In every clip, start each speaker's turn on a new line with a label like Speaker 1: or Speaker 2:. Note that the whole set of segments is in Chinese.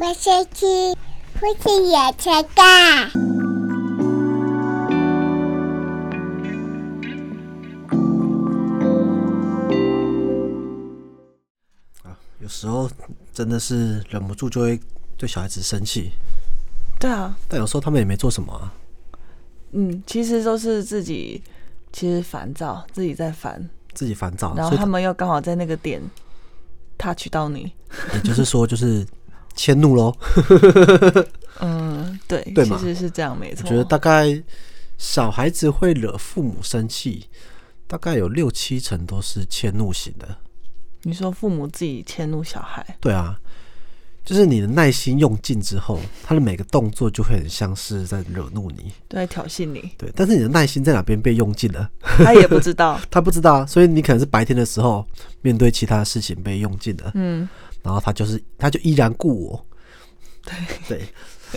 Speaker 1: 我先去，父亲也才干。
Speaker 2: 啊有时候真的是忍不住就会对小孩子生气，
Speaker 3: 对啊，
Speaker 2: 但有时候他们也没做什么啊。
Speaker 3: 嗯，其实都是自己其实烦躁，自己在烦，
Speaker 2: 自己烦躁，啊
Speaker 3: 然
Speaker 2: 哦所
Speaker 3: 后
Speaker 2: 以
Speaker 3: 他们又刚好在那个点 touch 到你，
Speaker 2: 也就是说，就是迁怒喽。
Speaker 3: 嗯，对，
Speaker 2: 对
Speaker 3: 其
Speaker 2: 嘛
Speaker 3: 实是这样，没错。
Speaker 2: 我觉得大概小孩子会惹父母生气，大概有六七成都是迁怒型的。
Speaker 3: 你说父母自己迁怒小孩，
Speaker 2: 对啊，就是你的耐心用尽之后，他的每个动作就会很像是在惹怒你。
Speaker 3: 都在挑 衅你，
Speaker 2: 对，但是你的耐心在哪边被用尽了，
Speaker 3: 他也不知道，
Speaker 2: 他不知道啊，所以你可能是白天的时候面对其他事情被用尽了，
Speaker 3: 嗯，
Speaker 2: 然后他就是他就依然顾我。对对，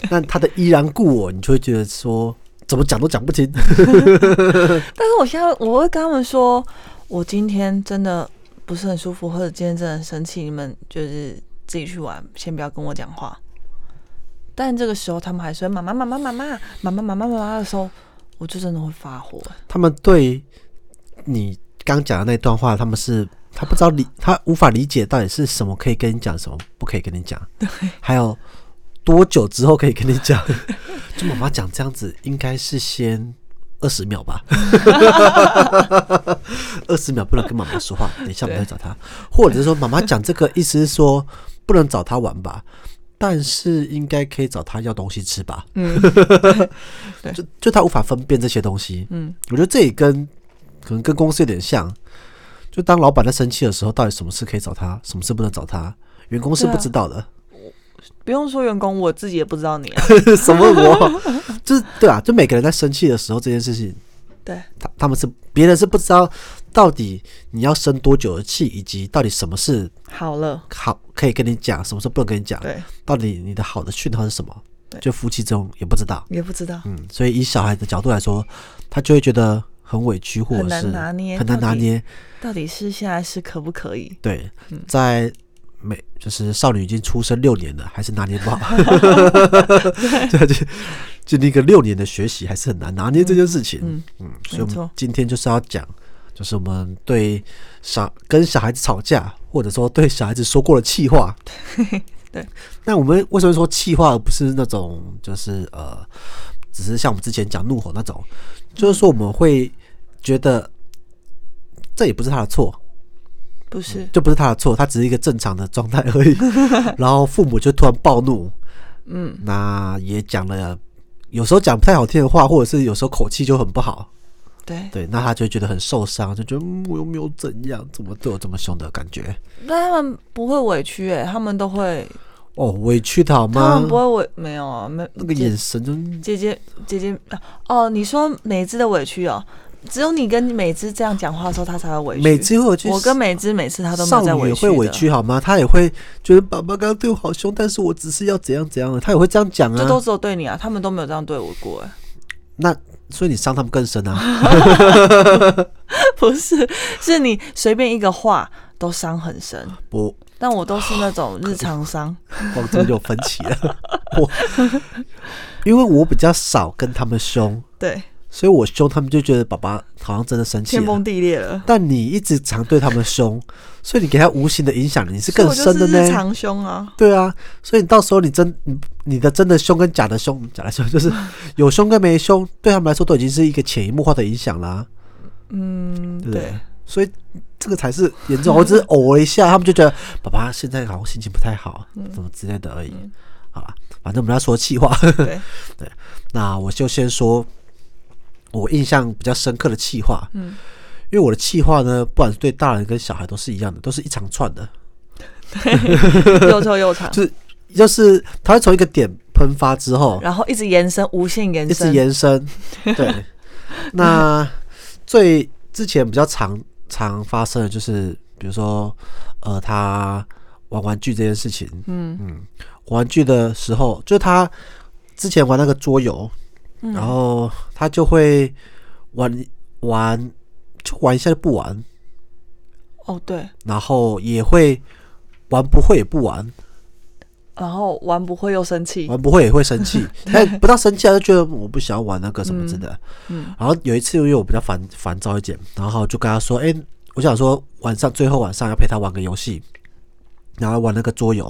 Speaker 2: 那他的依然顾我，你就会觉得说怎么讲都讲不清。
Speaker 3: 但是我现在我会跟他们说，我今天真的不是很舒服，或者今天真的很生气，你们就是自己去玩，先不要跟我讲话。但这个时候他们还说妈妈妈妈妈妈妈妈妈妈妈妈的时候，我就真的会发火。
Speaker 2: 他们对你刚讲的那段话，他们是他不知道理，他无法理解到底是什么可以跟你讲，什么不可以跟你讲，还有多久之后可以跟你讲。 就妈妈讲这样子，应该是先二十秒吧， 二十秒不能跟妈妈说话，等一下我们再找她，或者是说妈妈讲这个意思是说不能找她玩吧。但是应该可以找她要东西吃吧，
Speaker 3: 嗯，
Speaker 2: 就就他无法分辨这些东西。
Speaker 3: 嗯，
Speaker 2: 我觉得这也跟可能跟公司有点像，就当老板在生气的时候，到底什么事可以找他，什么事不能找他，员工是
Speaker 3: 对啊
Speaker 2: 不知道的。
Speaker 3: 不用说员工，我自己也不知道你、 啊。
Speaker 2: 什么我？就是对啊，就每个人在生气的时候，这件事情，
Speaker 3: 对，
Speaker 2: 他他们是别人是不知道到底你要生多久的气，以及到底什么事
Speaker 3: 好了，
Speaker 2: 好可以跟你讲，什么事不能跟你讲，
Speaker 3: 对，
Speaker 2: 到底你的好的讯号是什么
Speaker 3: 对？
Speaker 2: 就夫妻中也不知道。
Speaker 3: 也不知道。
Speaker 2: 嗯，所以以小孩的角度来说，他就会觉得很委屈，或者
Speaker 3: 很难
Speaker 2: 是
Speaker 3: 拿捏
Speaker 2: 很难
Speaker 3: 到
Speaker 2: 拿
Speaker 3: 底
Speaker 2: 捏。
Speaker 3: 到底是现在是可不可以？
Speaker 2: 对，
Speaker 3: 嗯
Speaker 2: 在美就是少女已经出生六年了，还是拿捏不 好， 就就就那个六年的学习还是很难拿捏这件事情。
Speaker 3: 嗯
Speaker 2: 嗯，所以我们
Speaker 3: 没错
Speaker 2: 今天就是要讲，就是我们对小跟小孩子吵架，或者说对小孩子说过的气话。
Speaker 3: 对，
Speaker 2: 那我们为什么说气话，而不是那种就是呃，只是像我们之前讲怒吼那种，就是说我们会觉得这也不是他的错，
Speaker 3: 不是，
Speaker 2: 就不是他的错，他只是一个正常的状态而 已。然后父母就突然暴怒，嗯，那也讲了，有时候讲不太好听的话，或者是有时候口气就很不好，
Speaker 3: 对。
Speaker 2: 对，那他就会觉得很受伤，就觉得、嗯、我又没有怎样，怎么对我这么凶的感觉？
Speaker 3: 但他们不会委屈、欸，他们都会，
Speaker 2: 哦，委屈的好
Speaker 3: 他
Speaker 2: 吗
Speaker 3: 们？不会委，没有啊，没
Speaker 2: 那个眼神就
Speaker 3: 姐姐姐姐啊哦，你说美姿的委屈哦，只有你跟美姿这样讲话的时候，她才会委屈。
Speaker 2: 每次会有去，
Speaker 3: 我跟美姿每次她都没
Speaker 2: 少
Speaker 3: 有在
Speaker 2: 女
Speaker 3: 委
Speaker 2: 也
Speaker 3: 屈
Speaker 2: 会
Speaker 3: 的
Speaker 2: 委屈好吗？他也会觉得爸爸刚刚对我好凶，但是我只是要怎样怎样的，他也会这样讲
Speaker 3: 就都
Speaker 2: 啊。
Speaker 3: 只有对你啊，他们都没有这样对我过、欸。
Speaker 2: 那所以你伤他们更深啊。
Speaker 3: 不是，是你随便一个话都伤很深，
Speaker 2: 我
Speaker 3: 但我都是那种日常伤。
Speaker 2: 光这就分歧了。我因为我比较少跟他们凶，
Speaker 3: 对，
Speaker 2: 所以我凶他们就觉得爸爸好像真的生气
Speaker 3: 天崩
Speaker 2: 了。
Speaker 3: 地裂了。
Speaker 2: 但你一直常对他们凶，所以你给他无形的影响，你是
Speaker 3: 所
Speaker 2: 更
Speaker 3: 以我
Speaker 2: 深
Speaker 3: 就
Speaker 2: 的
Speaker 3: 是日
Speaker 2: 呢。
Speaker 3: 常凶啊，
Speaker 2: 对啊，所以你到时候你真你你的真的凶跟假的凶，假的凶就是有凶跟没凶，对他们来说都已经是一个潜移默化的影响啦、
Speaker 3: 嗯，
Speaker 2: 对不对
Speaker 3: 对，？
Speaker 2: 所以这个才是严重。我只是偶了一下，他们就觉得爸爸现在好像心情不太好，什么之类的而已。好啦，反正我们要说气话。
Speaker 3: 对
Speaker 2: 对， 那我就先说我印象比较深刻的气话。
Speaker 3: 嗯，
Speaker 2: 因为我的气话呢，不管是对大人跟小孩都是一样的，都是一长串的，
Speaker 3: 又臭又长，
Speaker 2: 就是就是它会从一个点喷发之后，
Speaker 3: 然后一直延伸，无限延
Speaker 2: 一直
Speaker 3: 伸，
Speaker 2: 延 伸。对，那最之前比较常常发生的就是，比如说，呃，他玩玩具这件事情，
Speaker 3: 嗯
Speaker 2: 玩玩具的时候，就他之前玩那个桌游，
Speaker 3: 嗯
Speaker 2: 然后他就会玩玩，就玩一下就不玩，
Speaker 3: 哦，对，
Speaker 2: 然后也会玩不会也不玩，
Speaker 3: 然后玩不会又生气，
Speaker 2: 玩不会也会生 气，但不到生气啊，就觉得我不想要玩那个什么之类的。
Speaker 3: 嗯
Speaker 2: 然后有一次因为我比较烦烦躁一点，然后就跟他说：“哎、我想说晚上最后晚上要陪他玩个游戏，然后玩那个桌游。”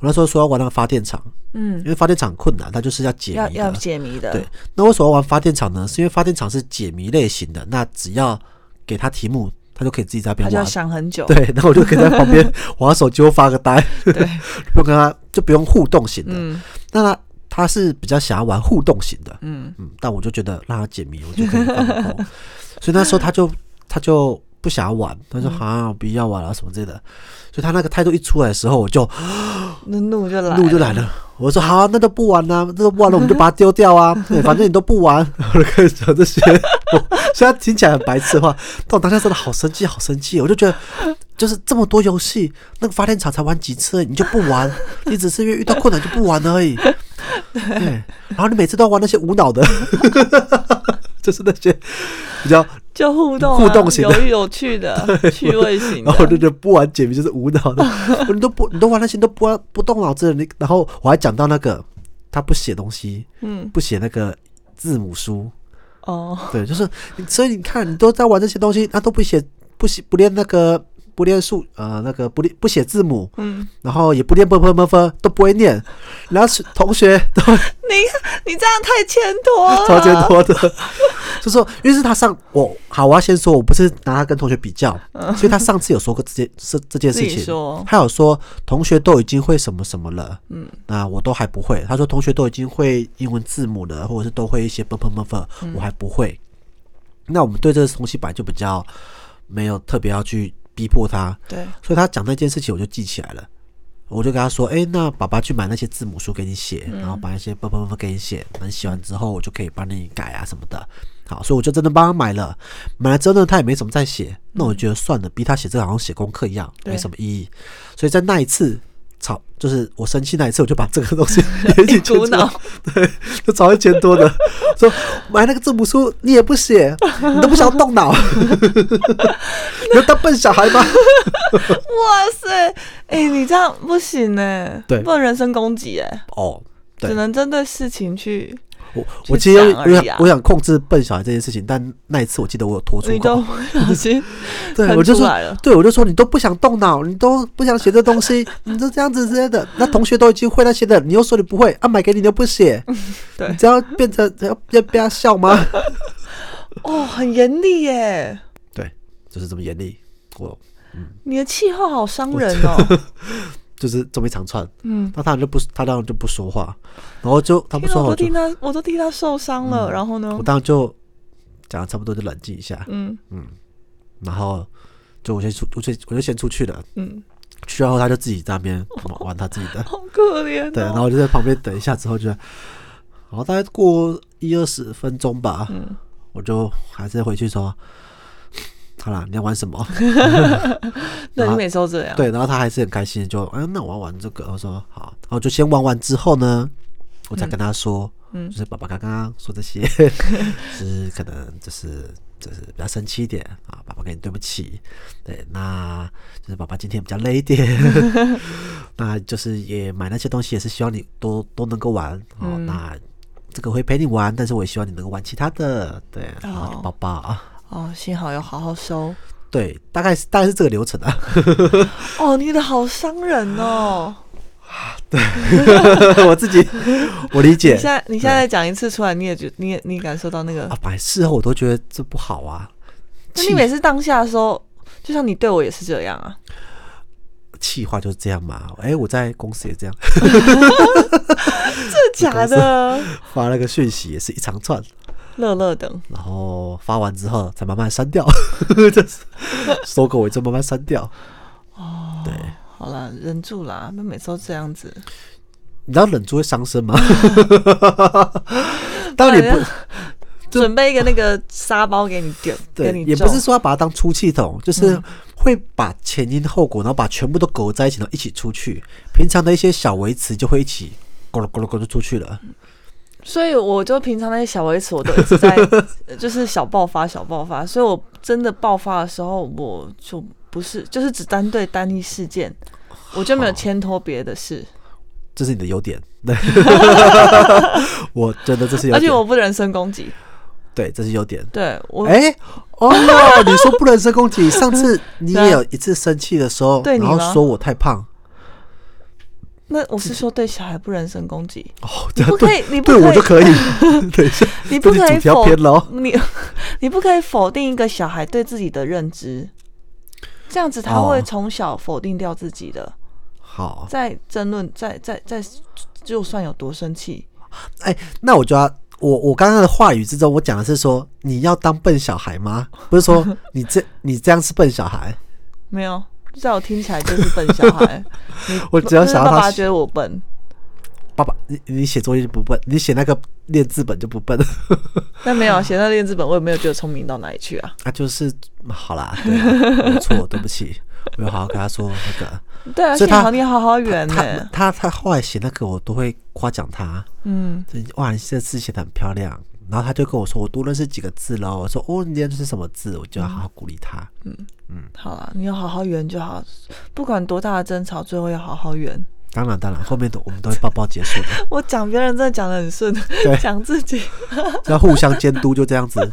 Speaker 2: 我那时候说要玩那个发电厂，嗯，因为发电厂困难，它就是要解
Speaker 3: 要
Speaker 2: 谜
Speaker 3: 要
Speaker 2: 的。
Speaker 3: 解谜的，
Speaker 2: 对，那为什么要玩发电厂呢？是因为发电厂是解谜类型的，那只要给他题目，他就可以自己在那
Speaker 3: 他
Speaker 2: 边
Speaker 3: 就要
Speaker 2: 玩。
Speaker 3: 想很久，
Speaker 2: 对，然后我就可以在旁 边划手机或发个呆，
Speaker 3: 对，
Speaker 2: 不跟他就不用互动型的。
Speaker 3: 嗯
Speaker 2: 那他他是比较想要玩互动型的，
Speaker 3: 嗯，
Speaker 2: 嗯，但我就觉得让他解谜，我就可以放空。所以那时候他就他就不想要玩，他说
Speaker 3: 嗯
Speaker 2: 啊、不要玩了、什么之类的。所以他那个态度一出来的时候，我就
Speaker 3: 那怒就来，
Speaker 2: 路就来了。我说好、啊，那都不玩啦、那都不玩了，我们就把它丢掉啊。对，反正你都不玩，我就开始讲这些。我虽然听起来很白痴的话，但我当下真的好生气，好生气。我就觉得，就是这么多游戏，那个发电厂才玩几次而已，你就不玩，你只是因为遇到困难就不玩而已。对，然后你每次都要玩那些无脑的， 就是那些比较，
Speaker 3: 就互动啊
Speaker 2: 互动型的
Speaker 3: 有有 趣的趣味型
Speaker 2: 然后我就
Speaker 3: 的，
Speaker 2: 觉得不玩解谜就是无脑的，你都不你都玩那些，你都不玩不动脑子的。你然后我还讲到那个他不写东西，
Speaker 3: 嗯
Speaker 2: 不写那个字母书，
Speaker 3: 哦，
Speaker 2: 对，就是你所以你看，你都在玩这些东西，他、都不写，不写不练那个，不练数，呃，那个不练不写字母，
Speaker 3: 嗯，
Speaker 2: 然后也不练啵啵啵啵，都不会念，然后同学都
Speaker 3: 你你这样太欠妥 了，
Speaker 2: 超级多的，就说，因为是他上我好，我要先说，我不是拿他跟同学比较，所以他上次有说过 这件这这件事
Speaker 3: 嗯自己
Speaker 2: 情
Speaker 3: 说，
Speaker 2: 他有说同学都已经会什么什么了，嗯，那我都还不会。他说同学都已经会英文字母了，或者是都会一些啵啵啵啵，
Speaker 3: 嗯
Speaker 2: 我还不会。那我们对这个东西本来就比较没有特别要去逼迫他，
Speaker 3: 对，
Speaker 2: 所以他讲那件事情我就记起来了。我就跟他说：“哎、那爸爸去买那些字母书给你写，
Speaker 3: 嗯
Speaker 2: 然后把那些啵啵啵啵给你写，那你写完之后，我就可以帮你改啊什么的。”好，所以我就真的帮他买了。买了之后呢，他也没怎么再写，那我觉得算了，逼他写这个好像写功课一样，
Speaker 3: 对
Speaker 2: 没什么意义。所以在那一次吵，就是我生气那一次，我就把这个东西 也 起
Speaker 3: 股脑，
Speaker 2: 对，就找一千多 的，说买那个字母书你也不写，你都不想动脑， 你要当笨小孩吗？
Speaker 3: 哇塞，哎、你这样不行哎、
Speaker 2: 对
Speaker 3: 不能人身攻击哎、
Speaker 2: 哦，对
Speaker 3: 只，能针对事情去，
Speaker 2: 我
Speaker 3: 去
Speaker 2: 我今天
Speaker 3: 想而
Speaker 2: 我
Speaker 3: 已啊
Speaker 2: 想我想控制笨小孩这件事情，但那一次我记得我有拖出
Speaker 3: 你都
Speaker 2: 口，
Speaker 3: 不小心
Speaker 2: 对
Speaker 3: 喷
Speaker 2: 我就
Speaker 3: 出
Speaker 2: 说
Speaker 3: 来了，
Speaker 2: 对我就说你都不想动脑，你都不想写这东西，你就这样子之类的。那同学都已经会那些的，你又说你不会，啊买给你你又不写，
Speaker 3: 对
Speaker 2: 你这样变成要要被他笑吗？
Speaker 3: 哦，很严厉耶，
Speaker 2: 对，就是这么严厉，我
Speaker 3: 你的气候好伤人哦，
Speaker 2: 就是这么一长串。
Speaker 3: 嗯，
Speaker 2: 那他就不他当然就不说话，然后就他不
Speaker 3: 天
Speaker 2: 说
Speaker 3: 哪，
Speaker 2: 话
Speaker 3: 我
Speaker 2: 我
Speaker 3: 都
Speaker 2: 就嗯
Speaker 3: 替他，我都替他受伤了，然后呢
Speaker 2: 我，当然就讲的差不多就冷静一下，
Speaker 3: 嗯
Speaker 2: 然后就我先出我就我就先出去了。
Speaker 3: 嗯，
Speaker 2: 去完后他就自己在那 边玩他自己的，
Speaker 3: 好可怜、哦，
Speaker 2: 对，然后我就在旁边等一下，之后就，然后大概过一二十分钟吧，
Speaker 3: 嗯
Speaker 2: 我就还是回去说，好啦，你要玩什么？
Speaker 3: 对
Speaker 2: 然
Speaker 3: 你
Speaker 2: 后
Speaker 3: 每次都这样，
Speaker 2: 对，然后他还是很开心，就嗯、那我要玩这个，我说好，然后就先玩完之后呢，我才跟他说，
Speaker 3: 嗯
Speaker 2: 就是爸爸刚刚说这些， 就是可能就是就是比较生气一点啊，爸爸跟你对不起，对，那就是爸爸今天比较累一 点，那就是也买那些东西也是希望你都都能够玩，哦，
Speaker 3: 嗯
Speaker 2: 那。这个会陪你玩，但是我也希望你能够玩其他的，对，然后就
Speaker 3: 哦
Speaker 2: 抱抱啊，
Speaker 3: 哦，幸好有好好收，
Speaker 2: 对，大概是大概是这个流程啊。
Speaker 3: 哦，你的好伤人哦，
Speaker 2: 我自 己我理解，
Speaker 3: 你现在你现在讲一次出来，你也觉你也你也感受到那个
Speaker 2: 啊，反正事后我都觉得这不好啊。
Speaker 3: 那
Speaker 2: 气
Speaker 3: 你每次当下的时候，就像你对我也是这样啊，
Speaker 2: 气话就是这样嘛。哎、我在公司也这样
Speaker 3: 真的假的？
Speaker 2: 发了个讯息，也是一长串，
Speaker 3: 乐乐等，
Speaker 2: 然后发完之后才慢慢删掉， 这是收狗尾就慢慢删掉。哦，对，
Speaker 3: 好啦，忍住啦，那每次都这样子，
Speaker 2: 你知道忍住会伤 身吗？当然也不就
Speaker 3: 准备一个那个沙包给你丢，
Speaker 2: 对，
Speaker 3: 给你嗯
Speaker 2: 也不
Speaker 3: 揍
Speaker 2: 是说要把它当出气筒，就是会把前因后果，然后把全部都苟在一起，然后一起出去。平常的一些小维持就会一起咕噜咕噜咕噜就出去了。
Speaker 3: 所以我就平常那些小维持，我都一 直在呃就是小爆发、小爆发，所以我真的爆发的时候，我就不是就是只单对单一事件，我就没有牵拖别的事，
Speaker 2: 这是你的优 点， 对，我觉得这是优
Speaker 3: 而且
Speaker 2: 点，
Speaker 3: 我不人身攻击，
Speaker 2: 对，这是优点。
Speaker 3: 对我、
Speaker 2: 哎、 哦，你说不能身攻击，上次你也有一次生气的时候，
Speaker 3: 对你
Speaker 2: 然
Speaker 3: 吗
Speaker 2: 后说我太胖，
Speaker 3: 那我是说对小孩不人身攻击，
Speaker 2: 哦，这
Speaker 3: 你
Speaker 2: 样
Speaker 3: 不可以，你不
Speaker 2: 对
Speaker 3: 可以，
Speaker 2: 我就可以。 等一下，
Speaker 3: 你不
Speaker 2: 这
Speaker 3: 可
Speaker 2: 集
Speaker 3: 以
Speaker 2: 主题要
Speaker 3: 否
Speaker 2: 偏了哦。
Speaker 3: 你 你不可以否定一个小孩对自己的认知，这样子他
Speaker 2: 哦
Speaker 3: 会从小否定掉自己的。
Speaker 2: 好，
Speaker 3: 在争论，在在在，就算有多生气，
Speaker 2: 哎、那我就要我我刚刚的话语之中，我讲的是说你要当笨小孩吗？不是 说你这你这样是笨小孩，
Speaker 3: 没有，在我听起来就是笨小孩。你
Speaker 2: 我 只要
Speaker 3: 就是
Speaker 2: 想要
Speaker 3: 爸
Speaker 2: 他
Speaker 3: 爸觉得我笨，
Speaker 2: 爸爸，你你写作业就不笨，你写那个练字本就不笨，
Speaker 3: 但没有写那练字本，我也没有觉得聪明到哪里去啊。
Speaker 2: 啊，就是好啦，对啊，没错，对不起，我有好好跟他说那个。
Speaker 3: 对啊，
Speaker 2: 所
Speaker 3: 幸
Speaker 2: 以他
Speaker 3: 好你好好圆欸呢、
Speaker 2: 他他他后来写那个，我都会夸奖他。
Speaker 3: 嗯，
Speaker 2: 就哇，你这字写的很漂亮。然后他就跟我说，我多认识几个字喽。我说哦，你认识什么字？我就要好好鼓励他。
Speaker 3: 好啦，你要好好圆就好，不管多大的争吵，最后要好好圆。
Speaker 2: 当然当然，后面的我们都会抱抱结束的，
Speaker 3: 我讲别人真的讲的很顺，讲自己。
Speaker 2: 要互相监督，就这样子。嗯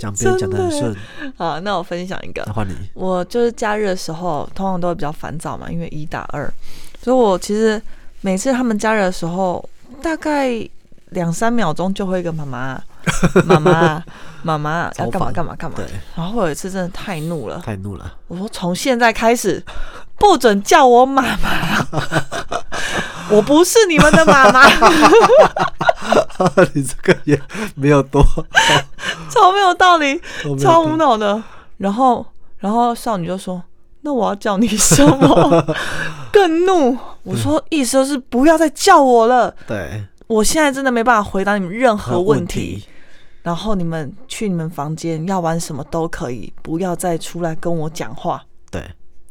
Speaker 2: 讲别人讲的很
Speaker 3: 真的
Speaker 2: 顺，
Speaker 3: 好，那我分享一个
Speaker 2: 那，换你。
Speaker 3: 我就是假日的时候，通常都会比较烦躁嘛，因为一打二，所以我其实每次他们假日的时候，大概两三秒钟就会跟妈妈、妈妈、妈妈要干嘛干嘛干嘛
Speaker 2: 对。，
Speaker 3: 然后我有一次真的太怒了，
Speaker 2: 太怒了。
Speaker 3: 我说从现在开始不准叫我妈妈，我不是你们的妈妈，
Speaker 2: 你这个也没有多，
Speaker 3: 超没有道理，
Speaker 2: 都没有
Speaker 3: 超
Speaker 2: 多
Speaker 3: 无脑的。然后，然后少女就说：“那我要叫你什么？” 更怒。我说：“意思就是不要再叫我了，
Speaker 2: 对，
Speaker 3: 我现在真的没办法回答你们任何问
Speaker 2: 问
Speaker 3: 题。。然后你们去你们房间要玩什么都可以，不要再出来跟我讲话。
Speaker 2: 对，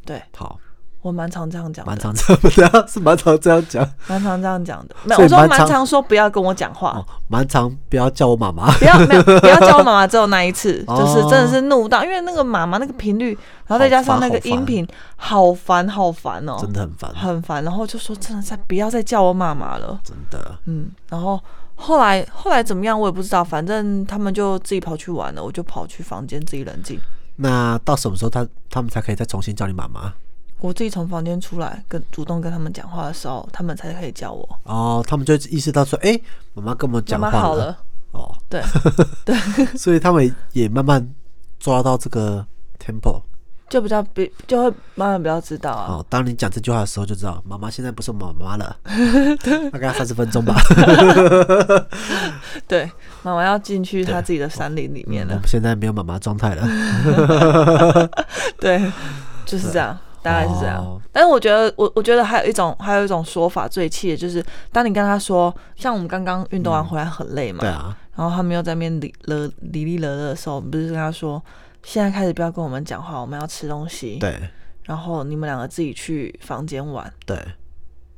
Speaker 3: 对”
Speaker 2: 好，
Speaker 3: 我蛮常这样讲
Speaker 2: 蛮
Speaker 3: 的，
Speaker 2: 常这样，这样 是蛮常这样讲。
Speaker 3: 蛮常这样讲的。没有，
Speaker 2: 所以
Speaker 3: 我说
Speaker 2: 蛮
Speaker 3: 蛮
Speaker 2: 常
Speaker 3: 常说不要跟我讲话。
Speaker 2: 哦，蛮常不要叫我妈妈。
Speaker 3: 不要没有不要叫我妈妈，只有那 一次，
Speaker 2: 哦
Speaker 3: 就是真的是怒到，因为那个妈妈那个频率，然后再加上那个音频，好烦好烦哦，
Speaker 2: 真的很烦，
Speaker 3: 很烦。然后就说真的再不要再叫我妈妈了，
Speaker 2: 真的。
Speaker 3: 嗯。然后后来后来怎么样我也不知道，反正他们就自己跑去玩了，我就跑去房间自己冷静。
Speaker 2: 那到什么时候他他们才可以再重新叫你妈妈？
Speaker 3: 我自己从房间出来，跟主动跟他们讲话的时候，他们才可以叫我
Speaker 2: 哦，他们就意识到说，哎、妈妈跟我们
Speaker 3: 妈
Speaker 2: 讲
Speaker 3: 妈
Speaker 2: 话
Speaker 3: 好了。
Speaker 2: 哦，
Speaker 3: 对
Speaker 2: 所以他们也慢慢抓到这个 tempo。
Speaker 3: 就比较比就会慢慢比较知道啊。
Speaker 2: 哦，当你讲这句话的时候，就知道妈妈现在不是我妈妈 了，大概三十分钟吧。
Speaker 3: 对，妈妈要进去她自己的山林里面
Speaker 2: 嗯
Speaker 3: 了
Speaker 2: 我。们现在没有妈妈状态了。
Speaker 3: 对，就是这样，大概是这样。
Speaker 2: 哦
Speaker 3: 但是我觉得，我我觉得还有一种，还有一种说法最气的就是，当你跟他说，像我们刚刚运动完回来很累嘛，
Speaker 2: 嗯对啊，
Speaker 3: 然后他们又在那边理了理理了了的时候，我们不是跟他说，现在开始不要跟我们讲话，我们要吃东西，
Speaker 2: 对
Speaker 3: 然后你们两个自己去房间玩。
Speaker 2: 对，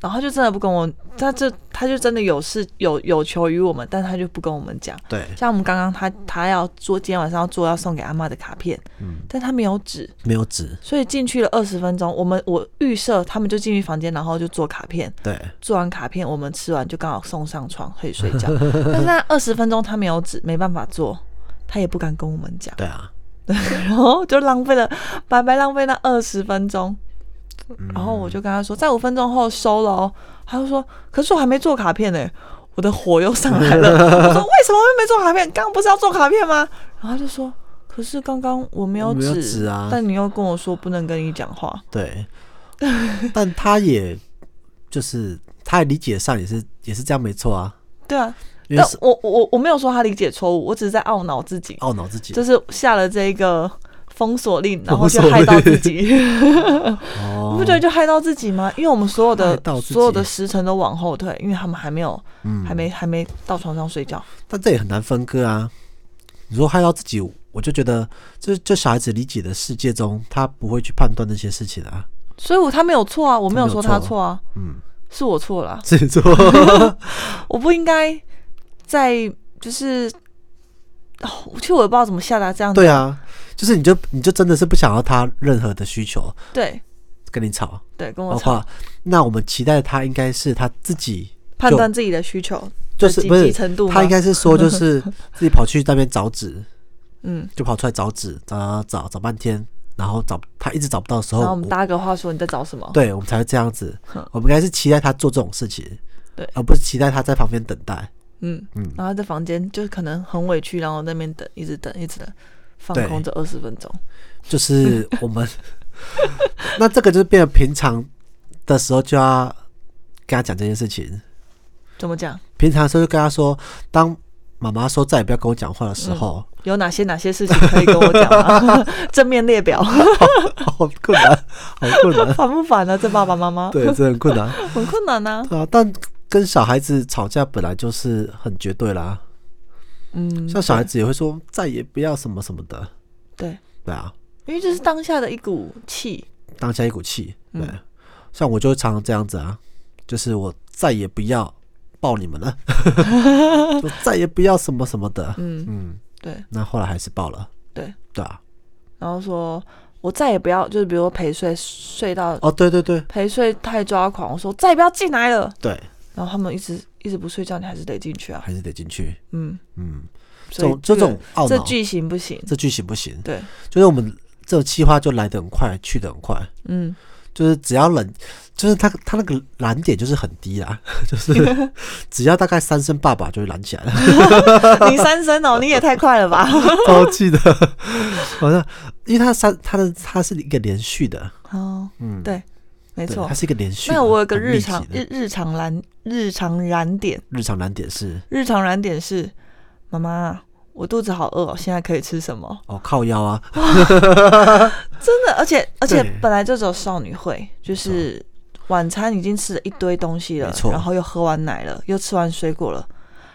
Speaker 3: 然后他就真的不跟我，他就他就真的有事有有求于我们，但他就不跟我们讲。
Speaker 2: 对，
Speaker 3: 像我们刚刚他他要做今天晚上要做要送给阿妈的卡片，
Speaker 2: 嗯，
Speaker 3: 但他没有纸，
Speaker 2: 没有纸，
Speaker 3: 所以进去了二十分钟，我们我预设他们就进去房间，然后就做卡片，
Speaker 2: 对
Speaker 3: 做完卡片我们吃完就刚好送上床可以睡 觉。但是那二十分钟他没有纸，没办法做，他也不敢跟我们讲，
Speaker 2: 对啊。
Speaker 3: 然后就浪费了，白白浪费那二十分钟。
Speaker 2: 嗯
Speaker 3: 然后我就跟他说，在五分钟后收了哦。他就说，可是我还没做卡片呢、我的火又上来 了。我说为什么会没做卡片？刚刚不是要做卡片吗？然后他就说，可是刚刚我没有
Speaker 2: 我没有
Speaker 3: 纸
Speaker 2: 纸啊
Speaker 3: 但你又跟我说不能跟你讲话。
Speaker 2: 对，但他也就是他也理解上也是也是这样没错啊，
Speaker 3: 对啊，
Speaker 2: 因为
Speaker 3: 但
Speaker 2: 是哦
Speaker 3: 我我我没有说他理解错误，我只是在懊恼自己，
Speaker 2: 懊恼自己
Speaker 3: 就是下了这个封锁令，然后
Speaker 2: 封
Speaker 3: 就
Speaker 2: 锁
Speaker 3: 害到
Speaker 2: 令
Speaker 3: 自己，
Speaker 2: 哦，
Speaker 3: 你不觉得就害到自己吗？因为我们所有
Speaker 2: 害
Speaker 3: 的
Speaker 2: 到自己
Speaker 3: 所有的时辰都往后退，因为他们还没有
Speaker 2: 嗯
Speaker 3: 还没还没到床上睡觉。
Speaker 2: 但这也很难分割啊。你说害到自己，我就觉得这这小孩子理解的世界中，他不会去判断这些事情啊。
Speaker 3: 所以我他没有错啊，我没有说他
Speaker 2: 没有
Speaker 3: 错啊，
Speaker 2: 嗯，
Speaker 3: 是我错了啊，
Speaker 2: 自己做
Speaker 3: 我不应该在就是，哦其实我也不知道怎么下达这样子
Speaker 2: 对啊，就是你就你就真的是不想要他任何的需求，哦
Speaker 3: 对
Speaker 2: 跟你吵
Speaker 3: 对，跟我
Speaker 2: 的
Speaker 3: 吵，
Speaker 2: 话，那我们期待他应该是他自己
Speaker 3: 判断自己的需求
Speaker 2: 就
Speaker 3: 的
Speaker 2: 是
Speaker 3: 积
Speaker 2: 不是
Speaker 3: 极程度吗，
Speaker 2: 他应该是说就是自己跑去那边找纸，
Speaker 3: 嗯，
Speaker 2: 就跑出来找纸，找找找找半天，然后找他一直找不到的时候，
Speaker 3: 然后我们搭个话说你在找什么？
Speaker 2: 哦对我们才会这样子
Speaker 3: 哼，
Speaker 2: 我们应该是期待他做这种事情，
Speaker 3: 对
Speaker 2: 而不是期待他在旁边等待。
Speaker 3: 嗯，然后在房间就可能很委屈，然后在那边等，一直等，一直等，放
Speaker 2: 对
Speaker 3: 空这二十分钟。
Speaker 2: 就是我 们，那这个就是变得平常的时候就要跟他讲这件事情。
Speaker 3: 怎么讲？
Speaker 2: 平常的时候就跟他说，当妈妈说再也不要跟我讲话的时
Speaker 3: 嗯
Speaker 2: 候，
Speaker 3: 有哪些哪些事情可以跟我讲吗？正面列 表，
Speaker 2: 好哦困难，好困难。
Speaker 3: 烦不烦啊？这爸爸妈妈
Speaker 2: 对，这很困 难。
Speaker 3: 很困难啊。
Speaker 2: 对啊，但跟小孩子吵架本来就是很绝对啦。
Speaker 3: 嗯，
Speaker 2: 像小孩子也会说再也不要什么什么的，
Speaker 3: 对，
Speaker 2: 对啊，
Speaker 3: 因为这是当下的一股气，
Speaker 2: 当下一股气。对，
Speaker 3: 嗯
Speaker 2: 像我就常常这样子啊，就是我再也不要抱你 们了，就再也不要什么什么的。
Speaker 3: 嗯
Speaker 2: 嗯，
Speaker 3: 对
Speaker 2: 那后来还是抱了，
Speaker 3: 对，
Speaker 2: 对啊。
Speaker 3: 然后说我再也不要，就是比如说陪睡睡到
Speaker 2: 哦，对对对
Speaker 3: 陪睡太抓狂，我说再也不要进来了。
Speaker 2: 对，
Speaker 3: 然后他们一直一直不睡觉，你还是得进去啊。
Speaker 2: 还是得进去。
Speaker 3: 嗯，
Speaker 2: 嗯，这
Speaker 3: 所以
Speaker 2: 种这
Speaker 3: 个
Speaker 2: 种懊恼，
Speaker 3: 这句行不行？
Speaker 2: 哦这句行不行？
Speaker 3: 对，
Speaker 2: 就是我们这种气话就来得很快，去得很快。
Speaker 3: 嗯，
Speaker 2: 就是只要冷，就是他他那个燃点就是很低啦， 就是只要大概三声爸爸就会燃起来了，
Speaker 3: 林三生哦，你也太快了吧？
Speaker 2: 超气的。好像因为他三他的他是一个连续的，
Speaker 3: 哦，
Speaker 2: 嗯，
Speaker 3: 对，没
Speaker 2: 对
Speaker 3: 错
Speaker 2: 它。是一个连续的。
Speaker 3: 那我有个
Speaker 2: 很
Speaker 3: 日
Speaker 2: 密集
Speaker 3: 常
Speaker 2: 的
Speaker 3: 日日常燃日常燃点，
Speaker 2: 日常燃点是
Speaker 3: 日常燃点是妈妈，我肚子好饿、哦，现在可以吃什么？
Speaker 2: 哦靠腰啊，
Speaker 3: 真的，而且而
Speaker 2: 对
Speaker 3: 且
Speaker 2: 啊
Speaker 3: 本来就只有少女会，就是晚餐已经吃了一堆东西了
Speaker 2: 没，错
Speaker 3: 然后又喝完奶了，又吃完水果了，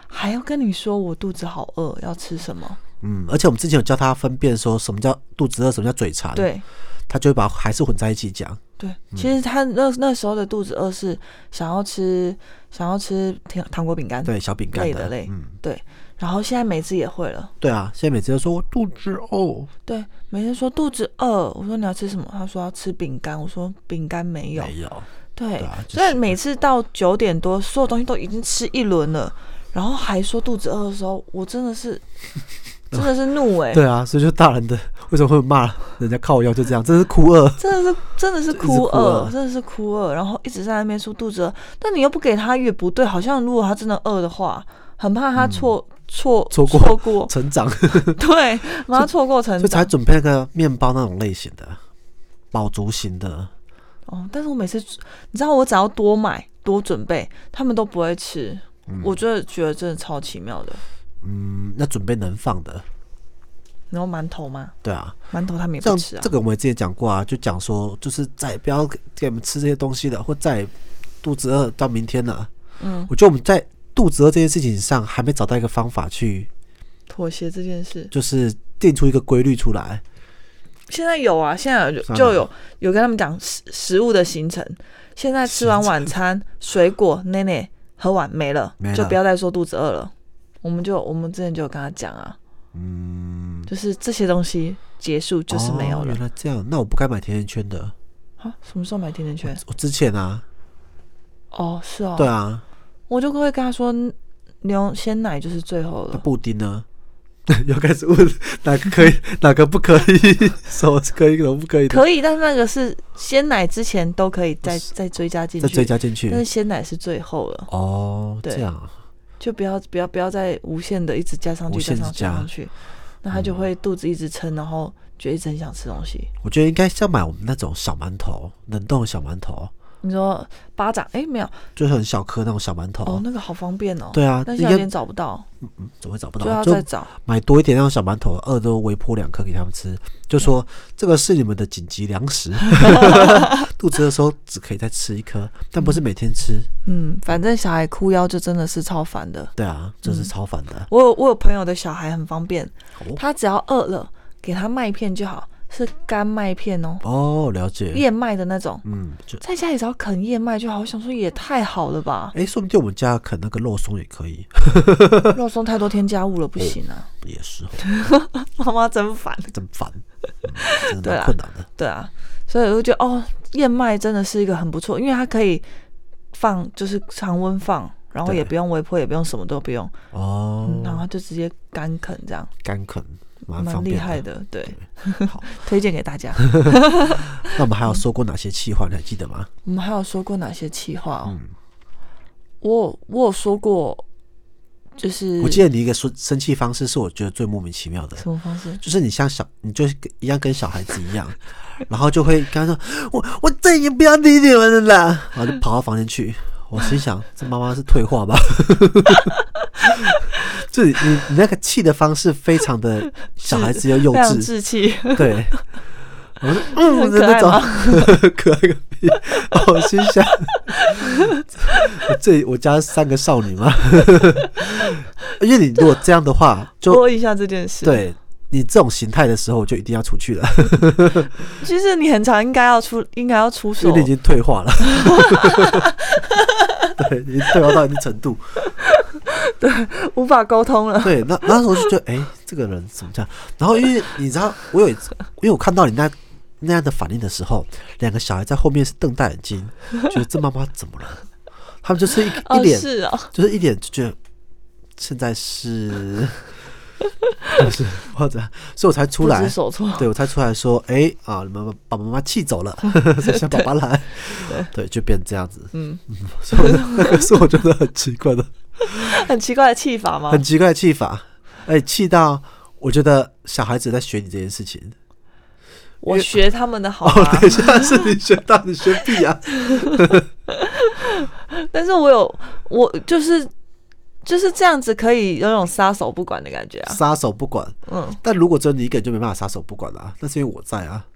Speaker 3: 还要跟你说我肚子好饿，要吃什么？
Speaker 2: 嗯， 而且我们之前有教他分辨说什么叫肚子饿，什么叫嘴馋，，
Speaker 3: 对
Speaker 2: 他就会把还是混在一起讲，
Speaker 3: 对，
Speaker 2: 嗯
Speaker 3: 其实他那那时候的肚子饿是想要吃想要吃糖糖果饼干，
Speaker 2: 对小饼干
Speaker 3: 嗯累的累
Speaker 2: 嗯，
Speaker 3: 对，然后现在每次也会了。
Speaker 2: 对啊，现在每次都说我肚子哦，
Speaker 3: 对，每天说肚子饿，我说你要吃什么？他说要吃饼干，我说饼干没有。
Speaker 2: 没有，
Speaker 3: 对，
Speaker 2: 哎对啊就
Speaker 3: 所以
Speaker 2: 是
Speaker 3: 每次到九点多，所有东西都已经吃一轮了，然后还说肚子饿的时候，我真 的是真的是怒哎、
Speaker 2: 对啊，所以就大人的为什么会骂人家靠腰就这样，真是哭饿。
Speaker 3: 真的是真的是
Speaker 2: 一直
Speaker 3: 哭
Speaker 2: 哭啊
Speaker 3: 饿，
Speaker 2: 饿
Speaker 3: 真的是哭饿，然后一直在那边说肚子饿，但你又不给他也不对，好像如果他真的饿的话，很怕他错、错
Speaker 2: 嗯错过，
Speaker 3: 错 过
Speaker 2: 成长，
Speaker 3: 对，马上错过成
Speaker 2: 就
Speaker 3: 长
Speaker 2: 才。准备那个面包那种类型的，饱足型的，
Speaker 3: 哦，但是我每次，你知道，我只要多买多准备，他们都不会吃。我真的觉得真的超奇妙的。
Speaker 2: 嗯，要准备能放的，
Speaker 3: 然后馒头嘛，
Speaker 2: 对啊，
Speaker 3: 馒头他们也不
Speaker 2: 像
Speaker 3: 吃啊
Speaker 2: 这。个我们之前讲过啊，就讲说就是再也不要给给我们吃这些东西了，或再也肚子饿到明天了。
Speaker 3: 嗯，
Speaker 2: 我觉得我们在肚子饿这件事情上还没找到一个方法去，
Speaker 3: 妥协这件事，
Speaker 2: 就是定出一个规律出来。
Speaker 3: 现在有啊，现在有
Speaker 2: 算了
Speaker 3: 就有有跟他们讲食食物的行程。现在吃完晚餐，水果、奶奶喝完没了，
Speaker 2: 没了
Speaker 3: 就不要再说肚子饿了。我们就我们之前就有跟他讲啊，
Speaker 2: 嗯，
Speaker 3: 就是这些东西结束就是没有
Speaker 2: 哦
Speaker 3: 了
Speaker 2: 原。来这样，那我不该买甜甜圈的。哦
Speaker 3: 啊，什么时候买甜甜圈？
Speaker 2: 我之前啊，
Speaker 3: 哦，是哦，
Speaker 2: 对啊，
Speaker 3: 我就会跟他说，牛鲜奶就是最后
Speaker 2: 那
Speaker 3: 了。
Speaker 2: 布丁呢？ 又开始问哪个可以， 哪个不可以， 什么是可以，什么不可以的，
Speaker 3: 可以，但是那个是鲜奶之前都可以再再追加进
Speaker 2: 再
Speaker 3: 去，
Speaker 2: 追加进去
Speaker 3: 但。是鲜奶是最后了，
Speaker 2: 哦，
Speaker 3: 对
Speaker 2: 这样
Speaker 3: 就不要不要不要再无限的一直加上去，
Speaker 2: 无
Speaker 3: 加
Speaker 2: 限
Speaker 3: 上去，
Speaker 2: 地加嗯
Speaker 3: 加上去，那他就会肚子一直撑，然后就一直很想吃东西。
Speaker 2: 我觉得应该像买我们那种小馒头，冷冻的小馒头，
Speaker 3: 你说巴掌，哎、没有
Speaker 2: 就是很小颗那种小馒头。
Speaker 3: 哦，那个好方便哦。
Speaker 2: 对啊
Speaker 3: 但，是
Speaker 2: 应
Speaker 3: 有
Speaker 2: 该
Speaker 3: 点找不到，
Speaker 2: 怎么会找不
Speaker 3: 就要
Speaker 2: 到？就
Speaker 3: 再找。
Speaker 2: 买多一点那种小馒头，饿都微波两颗给他们吃，就说这个是你们的紧急粮 食，肚子饿的时候只可以再吃一颗，但不是每天吃。
Speaker 3: 嗯，反正小孩哭腰就真的是超烦的。
Speaker 2: 对啊，这
Speaker 3: 嗯
Speaker 2: 是超烦的。
Speaker 3: 我有我有朋友的小孩很方便，
Speaker 2: 哦
Speaker 3: 他只要饿了，给他麦片就好，是干麦片哦，
Speaker 2: 哦，了解。
Speaker 3: 燕麦的那种，
Speaker 2: 嗯，就
Speaker 3: 在家里只要啃燕麦就好。我想说也太好了吧，
Speaker 2: 哎，说不定我们家啃那个肉松也可以，
Speaker 3: 肉松太多添加物了，不行啊！
Speaker 2: 也是哦，
Speaker 3: 妈妈真烦。
Speaker 2: 真烦。嗯真的
Speaker 3: 对
Speaker 2: 蛮
Speaker 3: 啊
Speaker 2: 困扰的。
Speaker 3: 对啊，所以我就觉得哦，燕麦真的是一个很不错，因为它可以放，就是常温放，然后
Speaker 2: 对
Speaker 3: 也不用微波，也不用什么都不用，嗯然
Speaker 2: 哦，
Speaker 3: 后就直接干啃这样，
Speaker 2: 干啃蛮
Speaker 3: 蛮
Speaker 2: 方
Speaker 3: 厉
Speaker 2: 便
Speaker 3: 害。的。对，
Speaker 2: 好，
Speaker 3: 推荐给 大家。
Speaker 2: 那我们还有说过哪些气话？你还记得吗？
Speaker 3: 我们还有说过哪些企划、哦？
Speaker 2: 嗯
Speaker 3: 我有我有说过，就是
Speaker 2: 我记得你一个说生气方式是我觉得最莫名其妙的，
Speaker 3: 什么方式？
Speaker 2: 就是你像小，你就是跟一样跟小孩子一样， 然后就会跟他说：“我我再也不要理你们了啦！”然后就跑到房间去。我心想，这妈妈是退化 吧？ 这你你那个气的方式非常的小孩子又幼
Speaker 3: 非常
Speaker 2: 稚，
Speaker 3: 志气，
Speaker 2: 对。我说嗯，
Speaker 3: 很
Speaker 2: 真
Speaker 3: 可
Speaker 2: 的
Speaker 3: 爱
Speaker 2: 找
Speaker 3: 吗
Speaker 2: 可爱个屁！哦我心想，我这我家三个少女嘛， 因为你如果这样的话， 就
Speaker 3: 播一下这件事。，
Speaker 2: 对你这种形态的时候，就一定要出去了，
Speaker 3: 其实你很常应该要出，应该要出
Speaker 2: 因
Speaker 3: 手
Speaker 2: 为。你已经退 化了。 对，已经退化到一定程度。
Speaker 3: 无法沟通了。
Speaker 2: 对，那那时候就觉得，哎、这个人怎么这样？然后因为你知道，我有一次，因为我看到你那那样的反应的时候，两个小孩在后面是瞪大眼睛，觉得这妈妈怎么了？他们就是一一
Speaker 3: 哦，
Speaker 2: 脸
Speaker 3: 是哦，
Speaker 2: 就是一点就觉得现在是， 就是或者，所以我才出
Speaker 3: 不
Speaker 2: 来
Speaker 3: 知，所措。
Speaker 2: 对我才出来说，哎、啊，你们把妈妈气走 了，小宝宝来，对，就变这样子，
Speaker 3: 嗯，
Speaker 2: 所以我 就那个是我觉得很奇怪的，
Speaker 3: 很奇怪的气法吗
Speaker 2: 很？奇怪的气法，哎、气到我觉得小孩子在学你这件事情，
Speaker 3: 我学他们的好
Speaker 2: 哦，
Speaker 3: 吗？
Speaker 2: 等一下是你学到你学屁啊，
Speaker 3: 但是我有，我就是就是这样子，可以有种撒手不管的感觉啊。
Speaker 2: 撒手不管，
Speaker 3: 嗯，
Speaker 2: 但如果只有你一个人就没办法撒手不管了、啊，那是因为我在啊，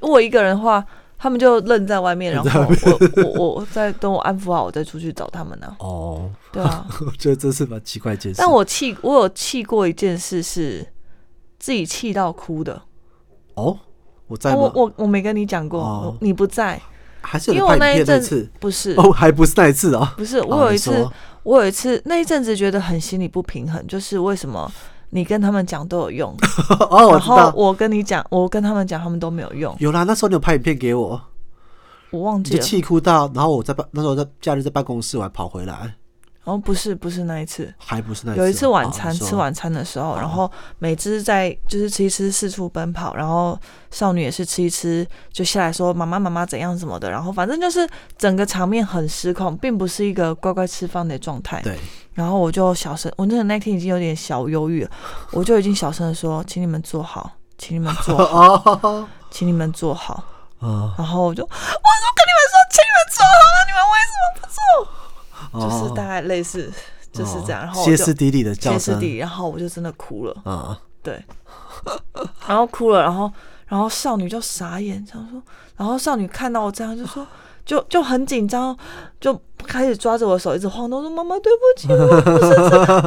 Speaker 3: 我一个人的话，他们就愣在外面，然后我我我我再等我安抚好，我再出去找他们呢、
Speaker 2: 哦，
Speaker 3: 对啊，
Speaker 2: 我觉得这是蛮奇怪的一件事，
Speaker 3: 但我气，我有气过一件事是自己气到哭的。啊
Speaker 2: 哦，我在吗？
Speaker 3: 我我我没跟你讲过，
Speaker 2: 哦
Speaker 3: 你不在，
Speaker 2: 还是
Speaker 3: 因
Speaker 2: 有
Speaker 3: 为
Speaker 2: 人
Speaker 3: 我
Speaker 2: 拍
Speaker 3: 那一
Speaker 2: 影片那
Speaker 3: 阵
Speaker 2: 次
Speaker 3: 不是
Speaker 2: 哦，还不是那一次哦。
Speaker 3: 不是，我
Speaker 2: 哦
Speaker 3: 有
Speaker 2: 你
Speaker 3: 一次，
Speaker 2: 说
Speaker 3: 我有一次那一阵子觉得很心里不平衡，就是为什么你跟他们讲都有用，
Speaker 2: 哦，我
Speaker 3: 然
Speaker 2: 知
Speaker 3: 后
Speaker 2: 道，
Speaker 3: 我跟你讲，我跟他们讲，他们都没有用，
Speaker 2: 有啦，那时候你有拍影片给我，
Speaker 3: 我忘
Speaker 2: 你
Speaker 3: 记
Speaker 2: 就
Speaker 3: 了。
Speaker 2: 气哭到，然后我在办那时候在假日在办公室，我还跑回来，
Speaker 3: 然后不是不是那一次，
Speaker 2: 还不是那
Speaker 3: 有一
Speaker 2: 一
Speaker 3: 次
Speaker 2: 哦
Speaker 3: 晚餐
Speaker 2: 你说哦
Speaker 3: 吃晚餐的时候，然后美芝在就是吃一吃四处奔跑，然后少女也是吃一吃就下来说妈妈妈妈怎样什么的，然后反正就是整个场面很失控，并不是一个乖乖吃饭的状态。
Speaker 2: 对，
Speaker 3: 然后我就小声，我真的那天已经有点小忧郁了，我就已经小声的说，请你们坐好，请你们坐 好，
Speaker 2: 哦
Speaker 3: 请你们坐好。
Speaker 2: 哦
Speaker 3: 然后我就，我说跟你们说，请你们坐好了，你们为
Speaker 2: 哦，
Speaker 3: 什么不坐？就是大概类似就是这样，
Speaker 2: 哦
Speaker 3: 然后我
Speaker 2: 歇
Speaker 3: 就
Speaker 2: 斯底里的叫
Speaker 3: 歇斯
Speaker 2: 声
Speaker 3: 底里，然后我就真的哭了，
Speaker 2: 啊，
Speaker 3: 对， 然后哭了，然后然后少女就傻眼，想说，然后少女看到我这样就说。就就很紧张，就开始抓着我的手一直晃动，说：“妈妈，对不起，我们不是这， 我们不是要让你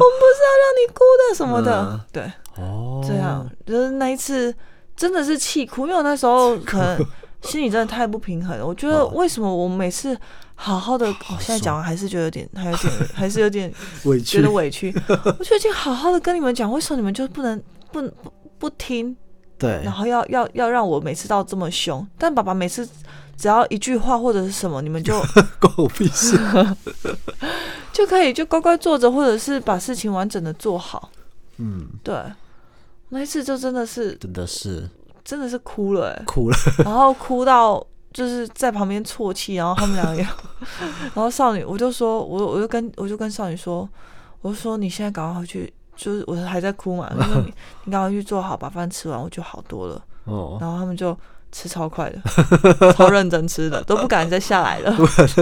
Speaker 3: 哭的什么的。
Speaker 2: 嗯
Speaker 3: 对，啊
Speaker 2: 哦，
Speaker 3: 这样，就是那一次真的是气哭，因为我那时候可能心里真的太不平衡了。我觉得
Speaker 2: 哦
Speaker 3: 为什么我每次好好的，我、现在讲完还是觉得有点， 还有点，还是有点
Speaker 2: 委
Speaker 3: 觉
Speaker 2: 屈
Speaker 3: 得，委屈。我就已经好好的跟你们讲，为什么你们就不能不不不听，
Speaker 2: 对
Speaker 3: 然，后要要要让我每次到这么凶？但爸爸每次只要一句话或者是什么，你们就
Speaker 2: 关我屁 事，
Speaker 3: 就可以就乖乖坐着，或者是把事情完整的做好。
Speaker 2: 嗯，
Speaker 3: 对，那一次就真的是
Speaker 2: 真的是
Speaker 3: 真的是哭了、欸，
Speaker 2: 哭了，
Speaker 3: 然后哭到就是在旁边啜泣，然后他们两个也， 然后少女我就说，我我就跟我就跟少女说，我就说你现在赶快回去，就是我还在哭 嘛，我就说你你赶快去做好，把饭吃完，我就好多了。
Speaker 2: 哦，
Speaker 3: 然后他们就吃超快的， 超认真吃的，都不敢再下来了。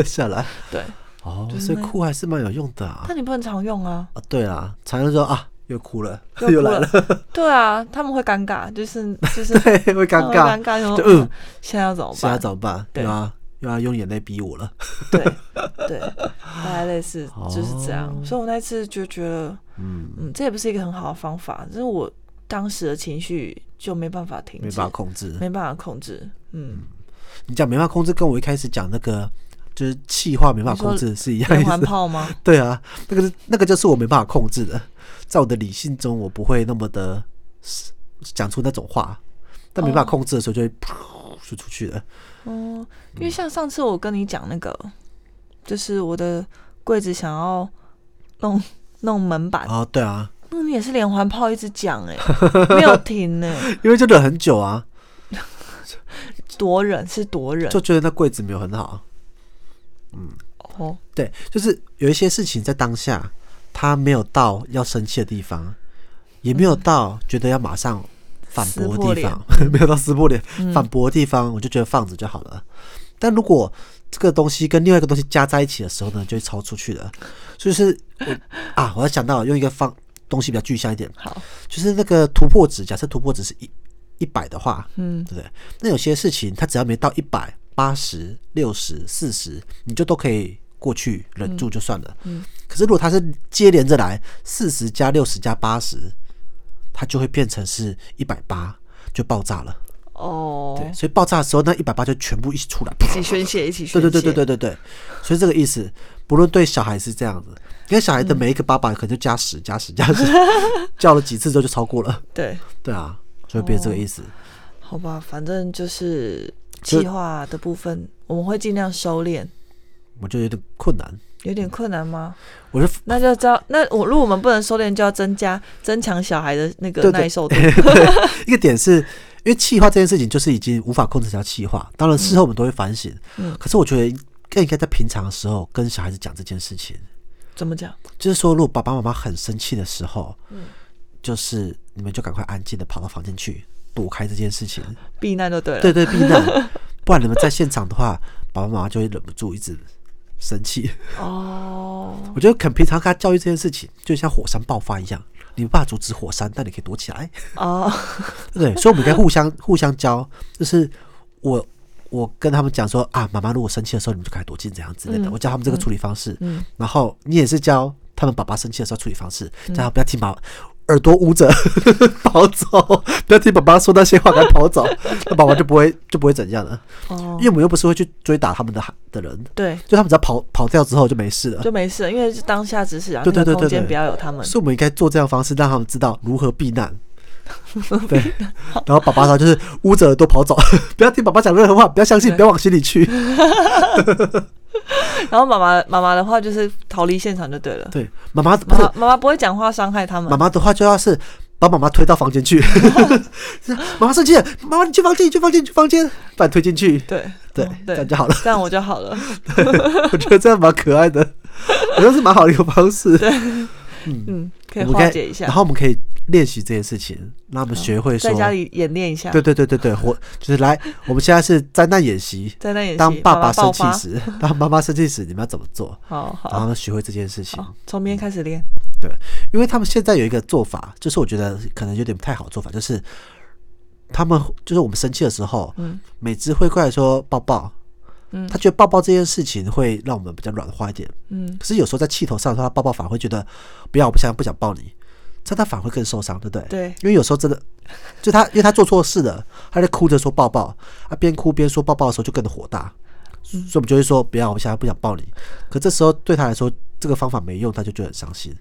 Speaker 2: 下来，
Speaker 3: 对，
Speaker 2: 哦，
Speaker 3: 就是
Speaker 2: 所以
Speaker 3: 那
Speaker 2: 哭还是蛮有用的啊
Speaker 3: 但，你不能常用啊，
Speaker 2: 啊，对啦，常常说啊，又哭了，
Speaker 3: 又哭
Speaker 2: 来了，
Speaker 3: 对啊，他们会尴尬，就是就是。
Speaker 2: 嘿嘿会
Speaker 3: 他
Speaker 2: 尴
Speaker 3: 们会
Speaker 2: 尬
Speaker 3: 哦尴，尬，就
Speaker 2: 就嗯
Speaker 3: 说现在要怎么
Speaker 2: 现在
Speaker 3: 办？
Speaker 2: 怎么办？
Speaker 3: 对
Speaker 2: 又要又要用眼泪逼我了。
Speaker 3: 对对，大概类似就是这样。
Speaker 2: 哦
Speaker 3: 所以我那次就觉得，
Speaker 2: 嗯，
Speaker 3: 嗯，这也不是一个很好的方法，就是我当时的情绪就没办法停止，
Speaker 2: 没办法控制。
Speaker 3: 没办法控制。嗯，
Speaker 2: 你讲没办法控制，跟我一开始讲那个就是气话没办
Speaker 3: 你
Speaker 2: 法
Speaker 3: 说
Speaker 2: 控制是一样
Speaker 3: 连
Speaker 2: 意
Speaker 3: 环
Speaker 2: 思。
Speaker 3: 炮吗？
Speaker 2: 对啊，那个是那个就是我没办法控制的，在我的理性中我不会那么的讲出那种话，但没办法控制的时候就会噗就出去了。
Speaker 3: 哦，
Speaker 2: 嗯
Speaker 3: 因为像上次我跟你讲那个，就是我的柜子想要弄弄门板，
Speaker 2: 哦，对啊，
Speaker 3: 那你也是连环炮一直讲哎、欸，没 有停呢、
Speaker 2: 因为就忍很久啊，
Speaker 3: 躲忍是躲忍
Speaker 2: 就觉得那柜子没有很好。
Speaker 3: 哦，
Speaker 2: 对，就是有一些事情在当下，他没有到要生气的地方，也没有到觉得要马上反驳的地方， 没有到嗯撕破脸、
Speaker 3: 嗯
Speaker 2: 反驳的地方，我就觉得放着就好了。但如果这个东西跟另外一个东西加在一起的时候呢，就会超出去了。所以是 我啊，我要想到用一个方东西比较具象一点，
Speaker 3: 好，
Speaker 2: 就是那个突破值，假设突破值是一一百的话，
Speaker 3: 嗯，
Speaker 2: 对不对？那有些事情，它只要没到一百、八十、六十、四十，你就都可以过去忍住就算了。
Speaker 3: 嗯
Speaker 2: 可是如果它是接连着来，四十加六十加八十，它就会变成是一百八，就爆炸了。
Speaker 3: 哦，
Speaker 2: 对，所以爆炸的时候，那一百八就全部一起出来。
Speaker 3: 一起宣泄，一起宣
Speaker 2: 对
Speaker 3: 泄，
Speaker 2: 对对对对对对，所以这个意思，不论对小孩是这样子，因为小孩的每一个爸爸可能就加十、加十、加 十，叫了几次之后就超过了，
Speaker 3: 对
Speaker 2: 对啊，所以变成这个意思。
Speaker 3: 哦好吧，反正就是
Speaker 2: 就
Speaker 3: 计划的部分，我们会尽量收敛。
Speaker 2: 我觉得有点困难，
Speaker 3: 有点困难吗？
Speaker 2: 我是
Speaker 3: 那就知道，那我如果我们不能收敛，就要增加增强小孩的那个
Speaker 2: 对对
Speaker 3: 耐受度。
Speaker 2: 一个点是因为气化这件事情就是已经无法控制叫气化，当然事后我们都会反省。
Speaker 3: 嗯
Speaker 2: 可是我觉得更应该在平常的时候跟小孩子讲这件事情，
Speaker 3: 怎么讲？
Speaker 2: 就是说，如果爸爸妈妈很生气的时候，就是你们就赶快安静的跑到房间去躲开这件事情，
Speaker 3: 避难就对了。
Speaker 2: 对对，避难，不然你们在现场的话，爸爸妈妈就会忍不住一直生气。
Speaker 3: 哦，
Speaker 2: 我觉得肯平常跟他教育这件事情，就像火山爆发一样，你无法阻止火山，但你可以躲起来。
Speaker 3: 哦，
Speaker 2: 对，所以我们应该互相 互相教，就是我我跟他们讲说啊，妈妈如果生气的时候，你们就开始躲进这样之类的，
Speaker 3: 嗯
Speaker 2: 我教他们这个处理方式，
Speaker 3: 嗯
Speaker 2: 然后你也是教他们爸爸生气的时候处理方式，
Speaker 3: 嗯
Speaker 2: 叫他不要听爸爸耳朵捂着 跑走，不要听爸爸说那些话赶快跑走，那爸爸就不会就不会怎样了，
Speaker 3: 哦
Speaker 2: 因，为我们又不是会去追打他们的孩的人，
Speaker 3: 对，
Speaker 2: 就他们只要跑跑掉之后就没事了。
Speaker 3: 就没事了，因为是当下只是然后
Speaker 2: 对
Speaker 3: 那
Speaker 2: 对对
Speaker 3: 个空
Speaker 2: 对
Speaker 3: 间
Speaker 2: 对，
Speaker 3: 不要有他们。
Speaker 2: 所以我们应该做这样的方式，让他们知道如何避难。 对，然后爸爸他就是捂着耳朵跑走， 不要听爸爸讲任何话，不要相信，
Speaker 3: 对
Speaker 2: 不要往心里 去。
Speaker 3: 然后妈妈妈妈的话就是逃离现场就对了。
Speaker 2: 对，妈妈不
Speaker 3: 妈
Speaker 2: 是
Speaker 3: 妈妈妈不会讲话伤害他们
Speaker 2: 妈。妈的话，就要是把妈妈推到房间去。 啊妈妈生气了，妈妈你去房间，你去房间，你去房间，把你推进去。
Speaker 3: 对
Speaker 2: 对
Speaker 3: 嗯，
Speaker 2: 这
Speaker 3: 对
Speaker 2: 样，就好了。
Speaker 3: 这样我就好了。
Speaker 2: 我觉得这样蛮可爱 的，好像是蛮好的一个方式。
Speaker 3: 嗯，可以
Speaker 2: 我们
Speaker 3: 化
Speaker 2: 可
Speaker 3: 解一
Speaker 2: 以，
Speaker 3: 下
Speaker 2: 然，后我们可以练习这件事情，让他们学会说
Speaker 3: 在。家里演练一下。
Speaker 2: 对，对对对对，我就是来，我们现在是灾难演习，
Speaker 3: 在那演习。
Speaker 2: 当爸
Speaker 3: 妈
Speaker 2: 爸
Speaker 3: 妈爆
Speaker 2: 生气
Speaker 3: 发，
Speaker 2: 时， 当妈妈生气时，你们要怎么做？
Speaker 3: 好
Speaker 2: 然后他
Speaker 3: 好
Speaker 2: 们学会这件事情，
Speaker 3: 好，从明天开始练。
Speaker 2: 对，因为他们现在有一个做法，就是我觉得可能有点不太好的做法，就是他们就是我们生气的时候，
Speaker 3: 嗯
Speaker 2: 每只会过来说抱抱，
Speaker 3: 嗯
Speaker 2: 他觉得抱抱这件事情会让我们比较软化一点，
Speaker 3: 嗯，
Speaker 2: 可是有时候在气头上的话，他抱抱反而会觉得不要，我不想不想抱你，这样他反而会更受伤，对不对？
Speaker 3: 对
Speaker 2: 因为有时候真的，就他因为他做错事了，他在哭着说抱抱，啊边哭边说抱抱的时候就更火大，所以我们就会说不要，我现在不想抱你。可这时候对他来说，这个方法没用，他就觉得很伤心。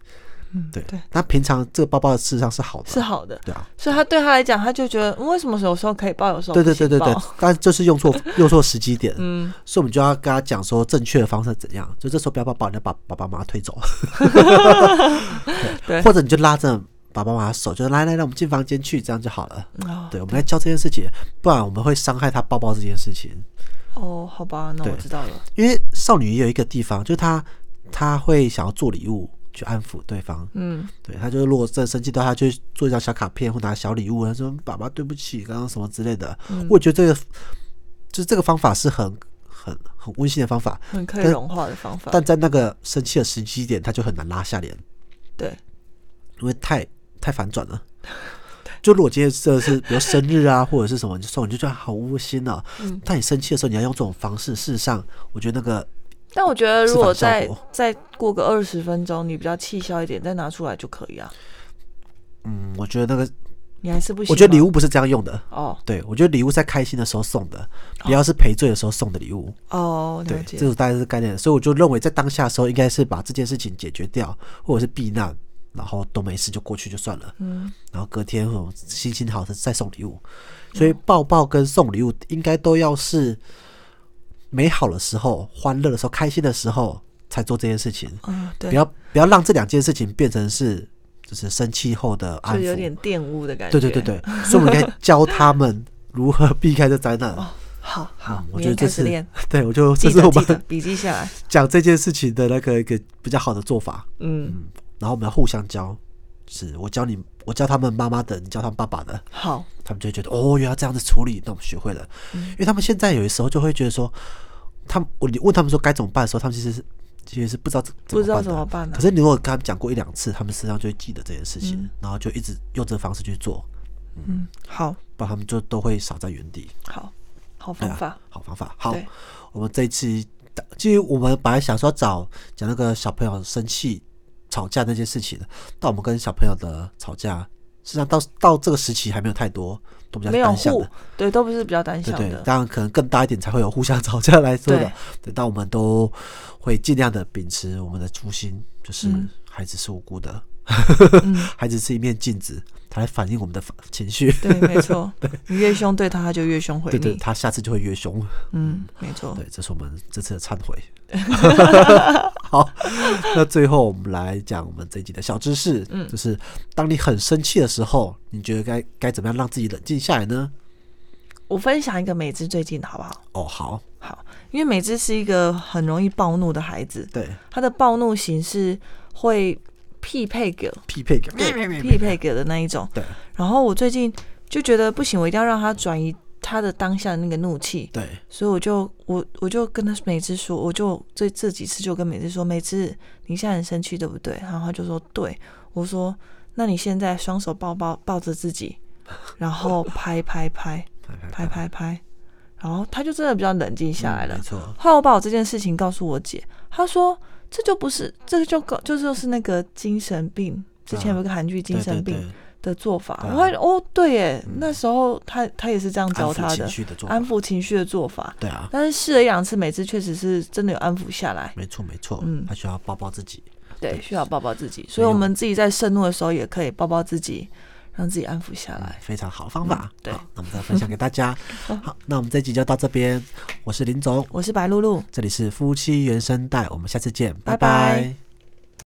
Speaker 2: 对
Speaker 3: 嗯对，
Speaker 2: 那平常这个抱抱事实上是好的，
Speaker 3: 是好的。
Speaker 2: 对啊，
Speaker 3: 所以他对他来讲，他就觉得嗯为什么有时候可以抱，有时候
Speaker 2: 对
Speaker 3: 不
Speaker 2: 对对
Speaker 3: 行
Speaker 2: 对对
Speaker 3: 抱，
Speaker 2: 但就是用 错用错时机点，
Speaker 3: 嗯，
Speaker 2: 所以我们就要跟他讲说正确的方式怎样，就这时候不要抱抱，你要把把爸妈妈推走，
Speaker 3: 对
Speaker 2: 或者你就拉着爸爸妈妈的手，就来来来，我们进房间去，这样就好了。
Speaker 3: 哦
Speaker 2: 对，我们来教这件事情，不然我们会伤害他抱抱这件事情。
Speaker 3: 哦，好吧，那我
Speaker 2: 对
Speaker 3: 知道了。
Speaker 2: 因为少女也有一个地方，就是她她会想要做礼物去安抚对方。
Speaker 3: 嗯，
Speaker 2: 对，她就是如果真的生气到，她就做一张小卡片或拿小礼物，她说：“爸爸，对不起，刚刚什么之类的。我觉得这个就是这个方法是很很很温馨的方法，
Speaker 3: 很可以
Speaker 2: 但
Speaker 3: 融化的方法。
Speaker 2: 但在那个生气的时机点，她就很难拉下脸，
Speaker 3: 对，
Speaker 2: 因为太太反转了。就如果今天这是比如生日啊，或者是什么，你送你就觉得好窝心啊。
Speaker 3: 嗯
Speaker 2: 但你生气的时候，你要用这种方式，事实上，我觉得那个
Speaker 3: 但我觉得如果
Speaker 2: 是反
Speaker 3: 再
Speaker 2: 效果
Speaker 3: 再过个二十分钟，你比较气消一点，再拿出来就可以啊。
Speaker 2: 嗯，我觉得那个，
Speaker 3: 你还是不行吗。
Speaker 2: 我觉得礼物不是这样用的。
Speaker 3: 哦
Speaker 2: 对，我觉得礼物在开心的时候送的，不要是赔罪的时候送的礼物。
Speaker 3: 哦，了
Speaker 2: 对，
Speaker 3: 解
Speaker 2: 这。种大概是概念。所以我就认为在当下的时候，应该是把这件事情解决掉，或者是避难，然后都没事就过去就算了。嗯，然后隔天我心情好的再送礼物，所
Speaker 3: 嗯
Speaker 2: 以抱抱跟送礼物应该都要是美好的时候、欢乐的时候、开心的时候才做这件事情，
Speaker 3: 嗯，对，
Speaker 2: 不要不要让这两件事情变成是就是生气后的安
Speaker 3: 就
Speaker 2: 抚，
Speaker 3: 有点玷污的感觉。
Speaker 2: 对对对对，所以我们应该教他们如何避开这灾 难。
Speaker 3: 好哦好
Speaker 2: 嗯，我
Speaker 3: 明
Speaker 2: 觉得
Speaker 3: 天
Speaker 2: 这
Speaker 3: 开
Speaker 2: 是
Speaker 3: 始练，，
Speaker 2: 对我就这
Speaker 3: 记
Speaker 2: 是
Speaker 3: 得
Speaker 2: 我
Speaker 3: 记得
Speaker 2: 们
Speaker 3: 笔记下来。
Speaker 2: 讲这件事情的那个一个比较好的做法。
Speaker 3: 嗯，
Speaker 2: 然后我们要互相教，是我教你，我教他们妈妈的，你教他们爸爸的，
Speaker 3: 好，
Speaker 2: 他们就会觉得哦，原来这样子处理，那我们学会了。因为他们现在有的时候就会觉得说，他们我你问他们说该怎么办的时候，他们其实是其实是不知道
Speaker 3: 不知道
Speaker 2: 怎
Speaker 3: 怎
Speaker 2: 么
Speaker 3: 么
Speaker 2: 办
Speaker 3: 办
Speaker 2: 的。啊
Speaker 3: 呢
Speaker 2: 可？是你如果跟他们讲过一两次，他们身上就会记得这件事情，然后就一直用这个方式去做，
Speaker 3: 嗯，好
Speaker 2: 不然他们就都会少在原地。
Speaker 3: 好好
Speaker 2: 对
Speaker 3: 方
Speaker 2: 啊
Speaker 3: 法。
Speaker 2: 好方法。好
Speaker 3: 对，
Speaker 2: 我们这一期，其实我们本来想说找讲那个小朋友生气、吵架那件事情的，但我们跟小朋友的吵架，实际上到到这个时期还没有太多，都比较
Speaker 3: 没有
Speaker 2: 单向
Speaker 3: 互
Speaker 2: 的。
Speaker 3: 对，都不是比较单
Speaker 2: 对
Speaker 3: 向
Speaker 2: 对
Speaker 3: 的，。
Speaker 2: 当然可能更大一点才会有互相吵架来说的
Speaker 3: 对。
Speaker 2: 对，但我们都会尽量的秉持我们的初心，就是
Speaker 3: 嗯
Speaker 2: 孩子是无辜的，
Speaker 3: 嗯
Speaker 2: 孩子是一面镜子，它来反映我们的反情绪。
Speaker 3: 对，没错， 你越凶对他，他就越凶回
Speaker 2: 对对，
Speaker 3: 你。
Speaker 2: 他下次就会越凶。
Speaker 3: 嗯，没错。
Speaker 2: 对，这是我们这次的忏悔。好，那最后我们来讲我们这一集的小知识，嗯，就是当你很生气的时候，你觉得该该怎么样让自己冷静下来呢？
Speaker 3: 我分享一个美芝最近的好不好？
Speaker 2: 哦，好，
Speaker 3: 好，因为美芝是一个很容易暴怒的孩子，
Speaker 2: 对，
Speaker 3: 他的暴怒型是会匹配给
Speaker 2: 匹配感，
Speaker 3: 对匹配给的那一种。
Speaker 2: 对
Speaker 3: 然后我最近就觉得不行，我一定要让他转移他的当下的那个怒气，
Speaker 2: 对，
Speaker 3: 所以我就我我就跟他美芝说，我就这这几次就跟美芝说，美芝你现在很生气对不对？然后他就说对，我说那你现在双手抱抱抱着自己，然后拍拍拍
Speaker 2: 拍拍
Speaker 3: 拍拍拍，然后他就真的比较冷静下来了
Speaker 2: 嗯没。错，
Speaker 3: 后来我把我这件事情告诉我姐，她说这就不是，这个就搞就就是那个精神病。之前有一个韩剧《精
Speaker 2: 啊对对
Speaker 3: 神病
Speaker 2: 对》
Speaker 3: 的做法，
Speaker 2: 对啊嗯
Speaker 3: 我发现哦，对耶，那时候他他也是这样
Speaker 2: 安
Speaker 3: 教
Speaker 2: 抚
Speaker 3: 他
Speaker 2: 情
Speaker 3: 的，
Speaker 2: 绪的做法
Speaker 3: 安，抚情绪的做法。
Speaker 2: 对啊，
Speaker 3: 但是试了一两次，每次确实是真的有安抚下来，
Speaker 2: 没错没错，
Speaker 3: 嗯
Speaker 2: 他需要抱抱自己，
Speaker 3: 对，需要抱抱自己。所以我们自己在盛怒的时候，也可以抱抱自己，让自己安抚下来。
Speaker 2: 嗯
Speaker 3: 嗯
Speaker 2: 非常好方法，
Speaker 3: 对
Speaker 2: 好，那我们再分享给大 家，好，那我们这集就到这边，我是林总，
Speaker 3: 我是白露露，
Speaker 2: 这里是夫妻原声带，我们下次见，
Speaker 3: 拜拜
Speaker 2: 拜